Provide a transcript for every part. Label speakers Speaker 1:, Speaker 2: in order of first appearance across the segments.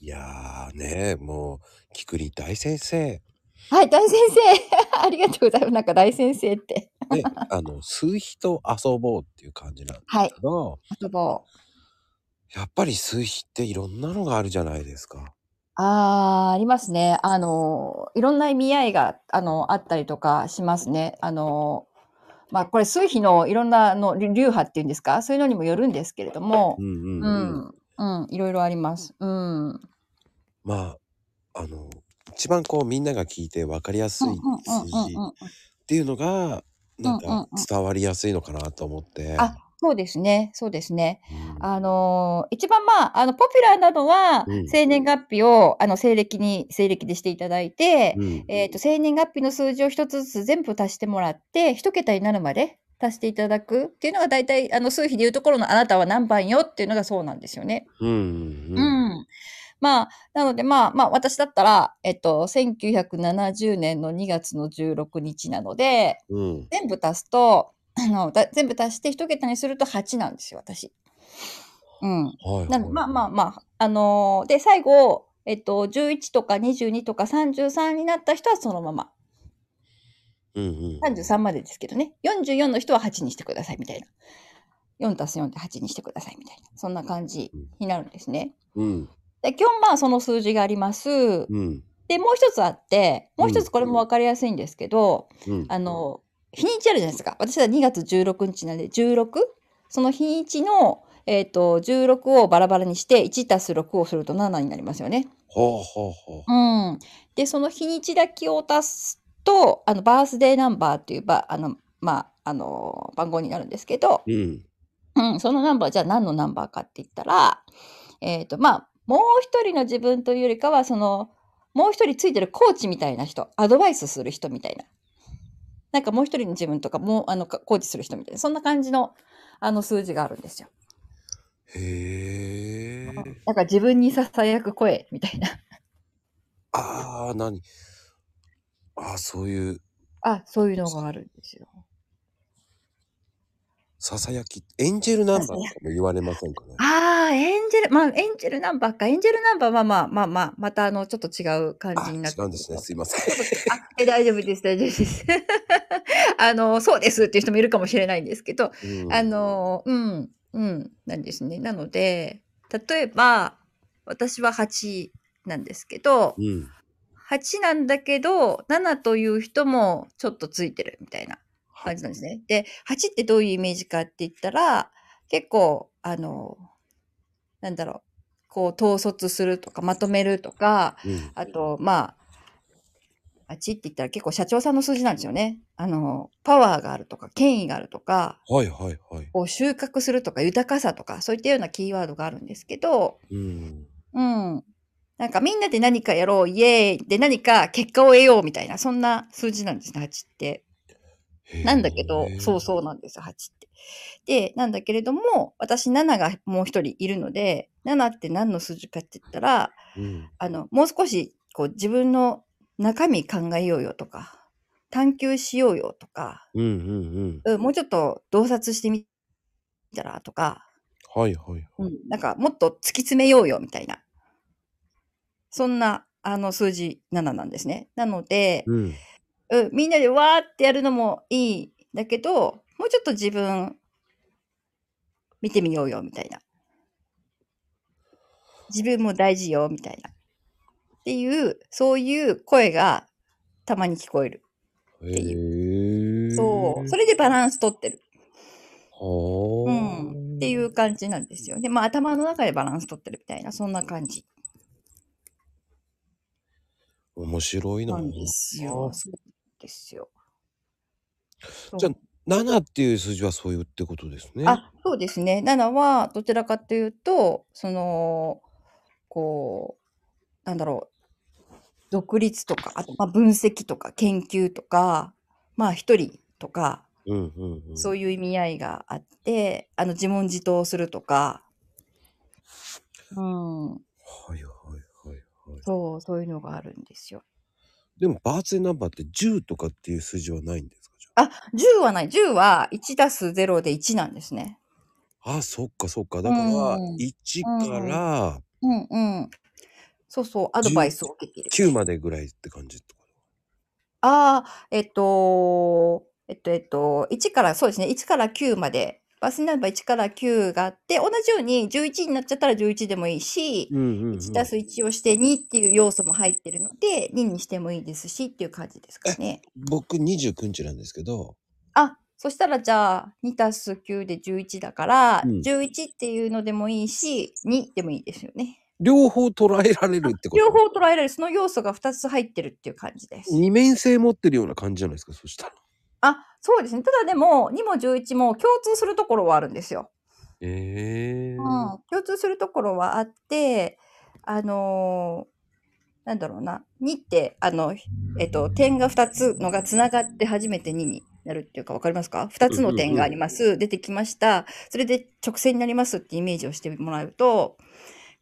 Speaker 1: やーね、もう、きくりん大先生。
Speaker 2: はい、大先生。 ありがとうございます。なんか大先生って。
Speaker 1: ね、あの、数日と遊ぼうっていう感じなんだ
Speaker 2: はい
Speaker 1: け、ど、
Speaker 2: 遊ぼう。
Speaker 1: やっぱり数日っていろんなのがあるじゃないですか。
Speaker 2: あー、ありますね。あの、いろんな意味合いが、あの、あったりとかしますね。あの、まあ、これ、数比のいろんなあのり流派っていうんですか、そういうのにもよるんですけれども
Speaker 1: う、んうん
Speaker 2: う
Speaker 1: うん。
Speaker 2: ん、うん、いろいろあります。うん。うん
Speaker 1: まあ、あの、一番こうみんなが聞いて分かりやすい数字
Speaker 2: うんうんうんうん
Speaker 1: っていうのが、なん
Speaker 2: うんうん
Speaker 1: か
Speaker 2: うん
Speaker 1: 伝わりやすいのかなと思って。
Speaker 2: あ、そうですね、そうですね。
Speaker 1: うん
Speaker 2: あのー一番まあ、あの、ポピュラーなのは、
Speaker 1: うん
Speaker 2: 生年月日を、あの、西暦に、西暦でしていただいて、
Speaker 1: うん
Speaker 2: えっ、と、生年月日の数字を一つずつ全部足してもらって、一桁になるまで足していただくっていうのが大体、あの、数比でいうところのあなたは何番よっていうのがそうなんですよね。
Speaker 1: うん
Speaker 2: う
Speaker 1: うん
Speaker 2: ん。まあ、なのでまあ、まあ、私だったら、えっと、1970年の2月の16日なので、
Speaker 1: うん。
Speaker 2: 全部足すと、あの、だ全部足して一桁にすると8なんですよ、私。うん。
Speaker 1: はいは
Speaker 2: ないのまあまあまあ、あのーで、最後、えっと、11とか22とか33になった人はそのまま。
Speaker 1: うんうん。
Speaker 2: 33までですけどね。44の人は8にしてください、みたいな。4足す4で8にしてください、みたいな。そんな感じになるんですね。
Speaker 1: うん
Speaker 2: で、基本まあ、その数字があります。
Speaker 1: うん
Speaker 2: で、もう一つあって、もう一つこれもわかりやすいんですけど、
Speaker 1: うん。
Speaker 2: あの、日にちあるじゃないですか。私は2月16日なんで、16? その日にちの、えっ、と、16をバラバラにして、1足す6をすると7になりますよね。
Speaker 1: ほうほうほ
Speaker 2: うん。で、その日にちだけを足すと、あの、バースデーナンバーっていうば、あの、まあ、あの、番号になるんですけど、
Speaker 1: う。うん。
Speaker 2: うん、そのナンバー、じゃあ何のナンバーかって言ったら、えっ、と、まあ、もう一人の自分というよりかは、その、もう一人ついてるコーチみたいな人、アドバイスする人みたいな。なんかもう一人の自分とか、もう、あの、かコーチする人みたいな、そんな感じの、あの、数字があるんですよ。
Speaker 1: へえ。
Speaker 2: だから自分に囁く声みたいな。
Speaker 1: ああ、何ああ、そういう、
Speaker 2: あ、そういうのがあるんですよ。
Speaker 1: ささやき、エンジェルナンバーとかも言われませんかね。
Speaker 2: ああ、エンジェル、まあ、エンジェルナンバーか。エンジェルナンバーはまあまあまあ、またあの、ちょっと違う 感
Speaker 1: あ、
Speaker 2: じになって
Speaker 1: 違うんですね。すいません。
Speaker 2: あ、え大丈夫です、大丈夫です。 あの、そうですっていう人もいるかもしれないんですけど、
Speaker 1: うん
Speaker 2: あ、の、うん、うん、なんですね。なので、例えば、私は8なんですけど
Speaker 1: う、ん。
Speaker 2: 8なんだけど、7という人もちょっとついてるみたいな感じなんですね。で、8ってどういうイメージかって言ったら、結構、あの、なんだろう、こう、統率するとか、まとめるとか、
Speaker 1: うん。
Speaker 2: あと、まあ、8って言ったら結構社長さんの数字なんですよね。あの、パワーがあるとか、権威があるとか、
Speaker 1: はいはいはい。
Speaker 2: こう収穫するとか、豊かさとか、そういったようなキーワードがあるんですけど、
Speaker 1: うん。
Speaker 2: うん。なんかみんなで何かやろう、イエーイで何か結果を得ようみたいな、そんな数字なんですね、8って。なんだけど、そう
Speaker 1: う。
Speaker 2: そうなんですよ、8って。で、なんだけれども、私7がもう一人いるので、7って何の数字かって言ったら、
Speaker 1: うん。
Speaker 2: あの、もう少し、こう、自分の中身考えようよとか、探求しようよとか、
Speaker 1: うんうんうん。
Speaker 2: うんもうちょっと洞察してみたらとか、
Speaker 1: はいはいは
Speaker 2: う
Speaker 1: い。
Speaker 2: んなんかもっと突き詰めようよみたいな、そんな、あの、数字7なんですね。なので、
Speaker 1: うん。
Speaker 2: うん、みんなでわーってやるのもいいんだけど、もうちょっと自分、見てみようよみたいな。自分も大事よみたいな。っていう、そういう声がたまに聞こえる。
Speaker 1: へえ。
Speaker 2: そう。それでバランス取ってる。
Speaker 1: は
Speaker 2: う
Speaker 1: あ。
Speaker 2: ん。っていう感じなんですよ。で、まあ頭の中でバランス取ってるみたいな、そんな感じ
Speaker 1: 面白いな。
Speaker 2: なんですよ。
Speaker 1: あ
Speaker 2: そうですよ。
Speaker 1: じゃあ7っていう数字はそういうってことですね。
Speaker 2: あ、そうですね。7はどちらかというと、その、こう、なんだろう、独立とか、あと、まあ、分析とか研究とか、まあ、一人とか、
Speaker 1: うんうんうん。
Speaker 2: そういう意味合いがあって、あの、自問自答するとか、うん、
Speaker 1: はいはいはいはい。
Speaker 2: そう、そういうのがあるんですよ。
Speaker 1: でもバーツデーナンバーって10とかっていう数字はないんですかじゃ
Speaker 2: あ、10はない。10は1たす0で1なんですね。
Speaker 1: ああそっかそっかだから
Speaker 2: うん
Speaker 1: 1から
Speaker 2: うんうん。そうそう、アドバイスを受けている。
Speaker 1: 9までぐらいって感じとか。
Speaker 2: ああ、えっと、えっと、えっと、1から、そうですね、1から9まで、バスになれば1から9があって、同じように11になっちゃったら11でもいいし、
Speaker 1: うんうん、うん。
Speaker 2: 1たす1をして2っていう要素も入ってるので、2にしてもいいですしっていう感じですかね。
Speaker 1: 僕29日なんですけど、
Speaker 2: あ、そしたらじゃあ、2たす9で11だから、
Speaker 1: うん
Speaker 2: 11っていうのでもいいし、2でもいいですよね。
Speaker 1: 両方捉えられるってこと
Speaker 2: 両方捉えられる、その要素が2つ入ってるっていう感じです。
Speaker 1: 二面性持ってるような感じじゃないですか、そしたら。
Speaker 2: あ、そうですね。ただでも、2も11も共通するところはあるんですよ。
Speaker 1: ええ
Speaker 2: うん、共通するところはあって、あのーなんだろうな、2って、あの、えっと、点が2つのがつながって初めて2になるっていうか、わかりますか ?2 つの点があります。出てきました。それで直線になりますってイメージをしてもらうと、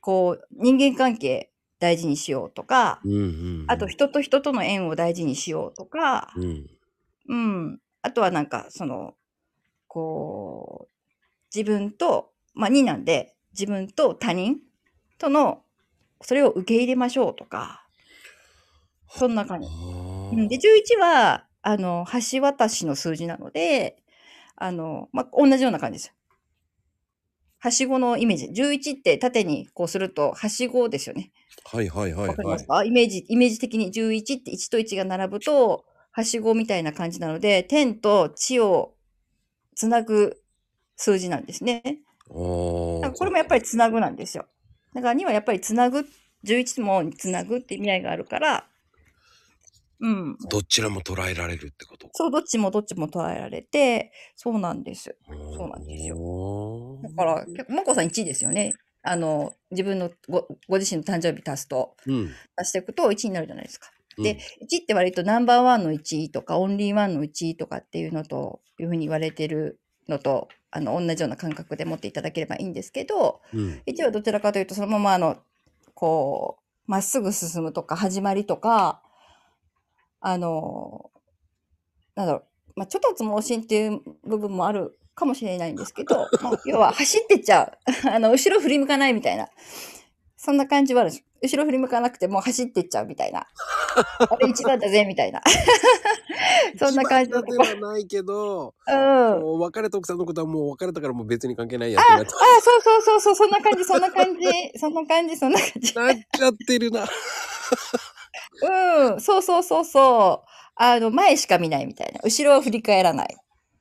Speaker 2: こう、人間関係大事にしようとか、
Speaker 1: うんうんうん。
Speaker 2: あと人と人との縁を大事にしようとか、
Speaker 1: うん。
Speaker 2: うん。あとはなんか、その、こう、自分と、まあ2なんで、自分と他人との、それを受け入れましょうとか、そんな感じ。
Speaker 1: あ
Speaker 2: うんで、
Speaker 1: ー
Speaker 2: 11は、あの、橋渡しの数字なので、あの、まあ、同じような感じです。はしごのイメージ。11って縦にこうすると、はしごですよね。
Speaker 1: はいはいはい
Speaker 2: わかり
Speaker 1: は
Speaker 2: ます
Speaker 1: い。
Speaker 2: か、イメージ、イメージ的に11って1と1が並ぶと、はしごみたいな感じなので、天と地をつなぐ数字なんですね。だからこれもやっぱ
Speaker 1: り。
Speaker 2: りつなぐなんですよ。だから2はやっぱりつなぐ、11もつなぐって意味合いがあるから、うん。
Speaker 1: どちらも捉えられるってことか。
Speaker 2: そう、どっちもどっちも捉えられて、そうなんです。そうなんですよ
Speaker 1: よ
Speaker 2: だから、結構、もこさん1位ですよね。あの、自分のごご自身の誕生日足すと、
Speaker 1: うん。
Speaker 2: 足していくと1になるじゃないですか。
Speaker 1: で
Speaker 2: で、1って割とナンバーワンの1位とかオンリーワンの1位とかっていうのというふうに言われてるのとあの同じような感覚で持っていただければいいんですけど
Speaker 1: うん。
Speaker 2: 1はどちらかというとそのままあのこうまっすぐ進むとか始まりとかあのなんだろう、まあ、ちょっとつ盲信っていう部分もあるかもしれないんですけど、まあ、要は走ってっちゃうあの後ろ振り向かないみたいなそんな感じはあるんです後ろ振り向かなくてもう走ってっちゃうみた いなあれ一番だぜみたいなそんな感じ
Speaker 1: 一番立てはないけど、
Speaker 2: うん
Speaker 1: もう別れた奥さんのことはもう別れたからもう別に関係ないや
Speaker 2: あ
Speaker 1: ってな
Speaker 2: あ
Speaker 1: っち
Speaker 2: そうそうそうそうそんな感じそんな感じそんな感じそんな感 じ
Speaker 1: ゃなっちゃってるな。
Speaker 2: うん、そうそうそうそう。あの、前しか見ないみたいな。後ろは振り返ら ない。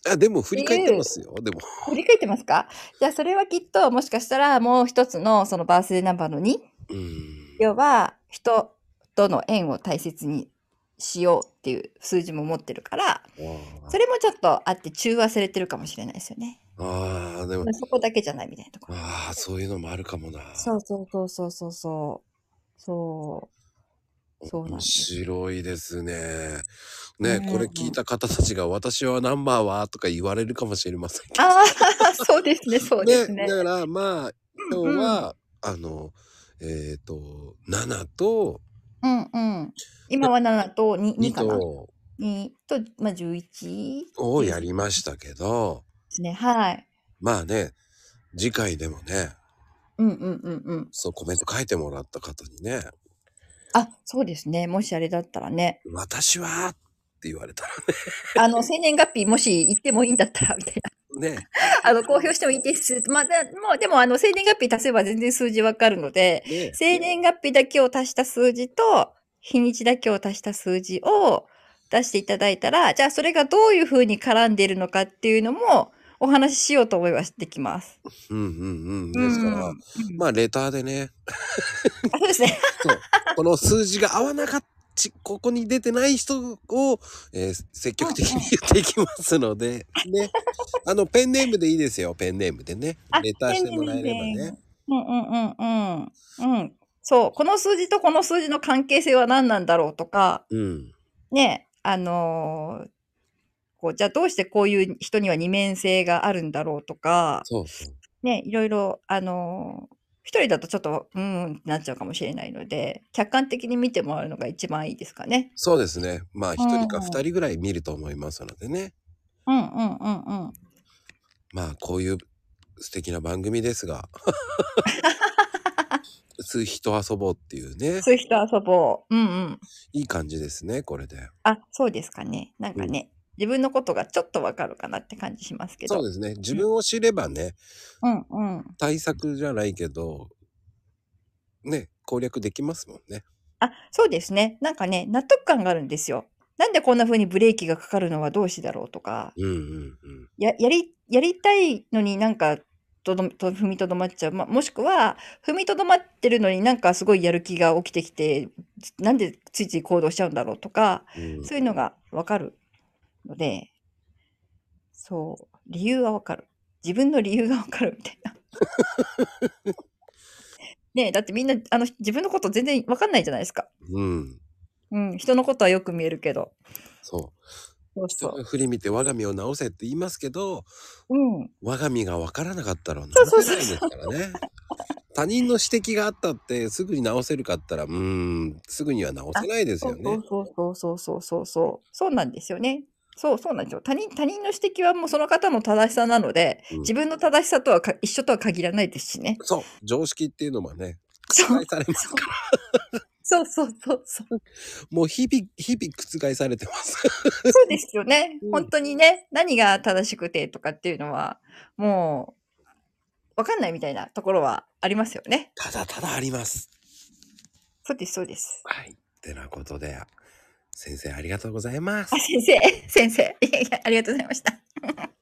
Speaker 1: あでも振り返ってますよ。でも。
Speaker 2: 振り返ってますかじゃあ、それはきっと、もしかしたらもう一つの、そのバースデーナンバーの 2?
Speaker 1: うん。
Speaker 2: 要は、人との縁を大切にしようっていう数字も持ってるから、それもちょっとあって中和されてるかもしれないですよね。
Speaker 1: ああでも
Speaker 2: そこだけじゃないみたいなところ。
Speaker 1: ああそういうのもあるかもな。
Speaker 2: そうそうそうそうそうそう。そう。そうなん
Speaker 1: 面
Speaker 2: です。
Speaker 1: 白いですね。ね、
Speaker 2: ね
Speaker 1: これ聞いた方たちが私はナンバーはとか言われるかもしれませんけど。
Speaker 2: ああ、 そうですね、そうですね。
Speaker 1: だからまあ
Speaker 2: うん
Speaker 1: 今日は、あのえっ、と7と
Speaker 2: うんうん。今は7と 2, 2
Speaker 1: 2
Speaker 2: かな。
Speaker 1: と
Speaker 2: 2と、まあ、11で
Speaker 1: をやりましたけど、
Speaker 2: すね。はい。
Speaker 1: まあね次回でもね
Speaker 2: うんうんうんうん。
Speaker 1: そうコメント書いてもらった方にね
Speaker 2: あ、そうですね。もしあれだったらね
Speaker 1: 「。私は」って言われたら
Speaker 2: あの、生年月日もし言ってもいいんだったら、みたいな。
Speaker 1: ね
Speaker 2: あの、公表してもいいです。まあ、だもう、でも、あの、生年月日足せば全然数字わかるので、
Speaker 1: ね
Speaker 2: 生年月日だけを足した数字と、日にちだけを足した数字を出していただいたら、じゃあそれがどういうふうに絡んでいるのかっていうのもお話ししようと思いましてきます。
Speaker 1: うんうんうんですから、
Speaker 2: うん
Speaker 1: まあレターでね
Speaker 2: あそうですね。
Speaker 1: この数字が合わなかったここに出てない人を、えー積極的に言っていきますので、ね。あの、ペンネームでいいですよ、ペンネームでね
Speaker 2: あ。
Speaker 1: レターしてもらえれば
Speaker 2: ペンネーム
Speaker 1: ね。
Speaker 2: うんうんうんうん。うん。そう。この数字とこの数字の関係性は何なんだろうとか、
Speaker 1: うん。
Speaker 2: ね、あのーこうじゃあどうしてこういう人には二面性があるんだろうとか、
Speaker 1: そうそう。
Speaker 2: ね、いろいろ、あのー一人だとちょっと、うーんってなっちゃうかもしれないので、客観的に見てもらうのが一番いいですかね。
Speaker 1: そうですね。まあ、一人か
Speaker 2: うんうん
Speaker 1: 二人ぐらい見ると思いますのでね。
Speaker 2: うんうんうんうん。
Speaker 1: まあ、こういう素敵な番組ですが。数日と遊ぼうっていうね。
Speaker 2: そういう人遊ぼう。うんうん。
Speaker 1: いい感じですね、これで。
Speaker 2: あ、そうですかね。なんかね、自分のことがちょっとわかるかなって感じしますけど。
Speaker 1: そうですね。自分を知ればね、
Speaker 2: うんうん。
Speaker 1: 対策じゃないけど、ね、攻略できますもんね。
Speaker 2: あ、そうですね。なんかね、納得感があるんですよ。なんでこんな風にブレーキがかかるのはどうしだろうとか、
Speaker 1: うんうんうん。
Speaker 2: ややりやりたいのになんかとどと踏みとどまっちゃう、まあ、もしくは踏みとどまってるのになんかすごいやる気が起きてきてなんでついつい行動しちゃうんだろうとか
Speaker 1: うん
Speaker 2: そういうのがわかるのでそう理由がわかる自分の理由がわかるみたいな。ねえだってみんなあの自分のこと全然わかんないじゃないですか。
Speaker 1: うん。
Speaker 2: うん、人のことはよく見えるけど。
Speaker 1: そ
Speaker 2: そう
Speaker 1: う。
Speaker 2: そ
Speaker 1: 人
Speaker 2: う。
Speaker 1: の振り見て我が身を直せって言いますけど、
Speaker 2: うん。
Speaker 1: 我が身が分からなかったら直
Speaker 2: そうそう
Speaker 1: せな
Speaker 2: そう
Speaker 1: いですからね。他人の指摘があったってすぐに直せるかったら、うーん、すぐには直せないです
Speaker 2: そ
Speaker 1: よ
Speaker 2: う
Speaker 1: ね。
Speaker 2: そうそうそうそうそうそうそうなんですよね。そうそうなんですよ他人他人の指摘はもうその方の正しさなので、
Speaker 1: うん
Speaker 2: 自分の正しさとはか一緒とは限らないですし ね。
Speaker 1: そう、常識っていうのもね、
Speaker 2: そう
Speaker 1: 覆されますから。
Speaker 2: そうそうそうそう
Speaker 1: もう日々、日々覆されてます。
Speaker 2: そうですよね、
Speaker 1: うん
Speaker 2: 本当にね何が正しくてとかっていうのはもう分かんないみたいなところはありますよね。
Speaker 1: ただただあります。
Speaker 2: そうですそうです。
Speaker 1: はい。ってなことで、先生ありがとうございます
Speaker 2: あ。先生先生いやいやありがとうございました。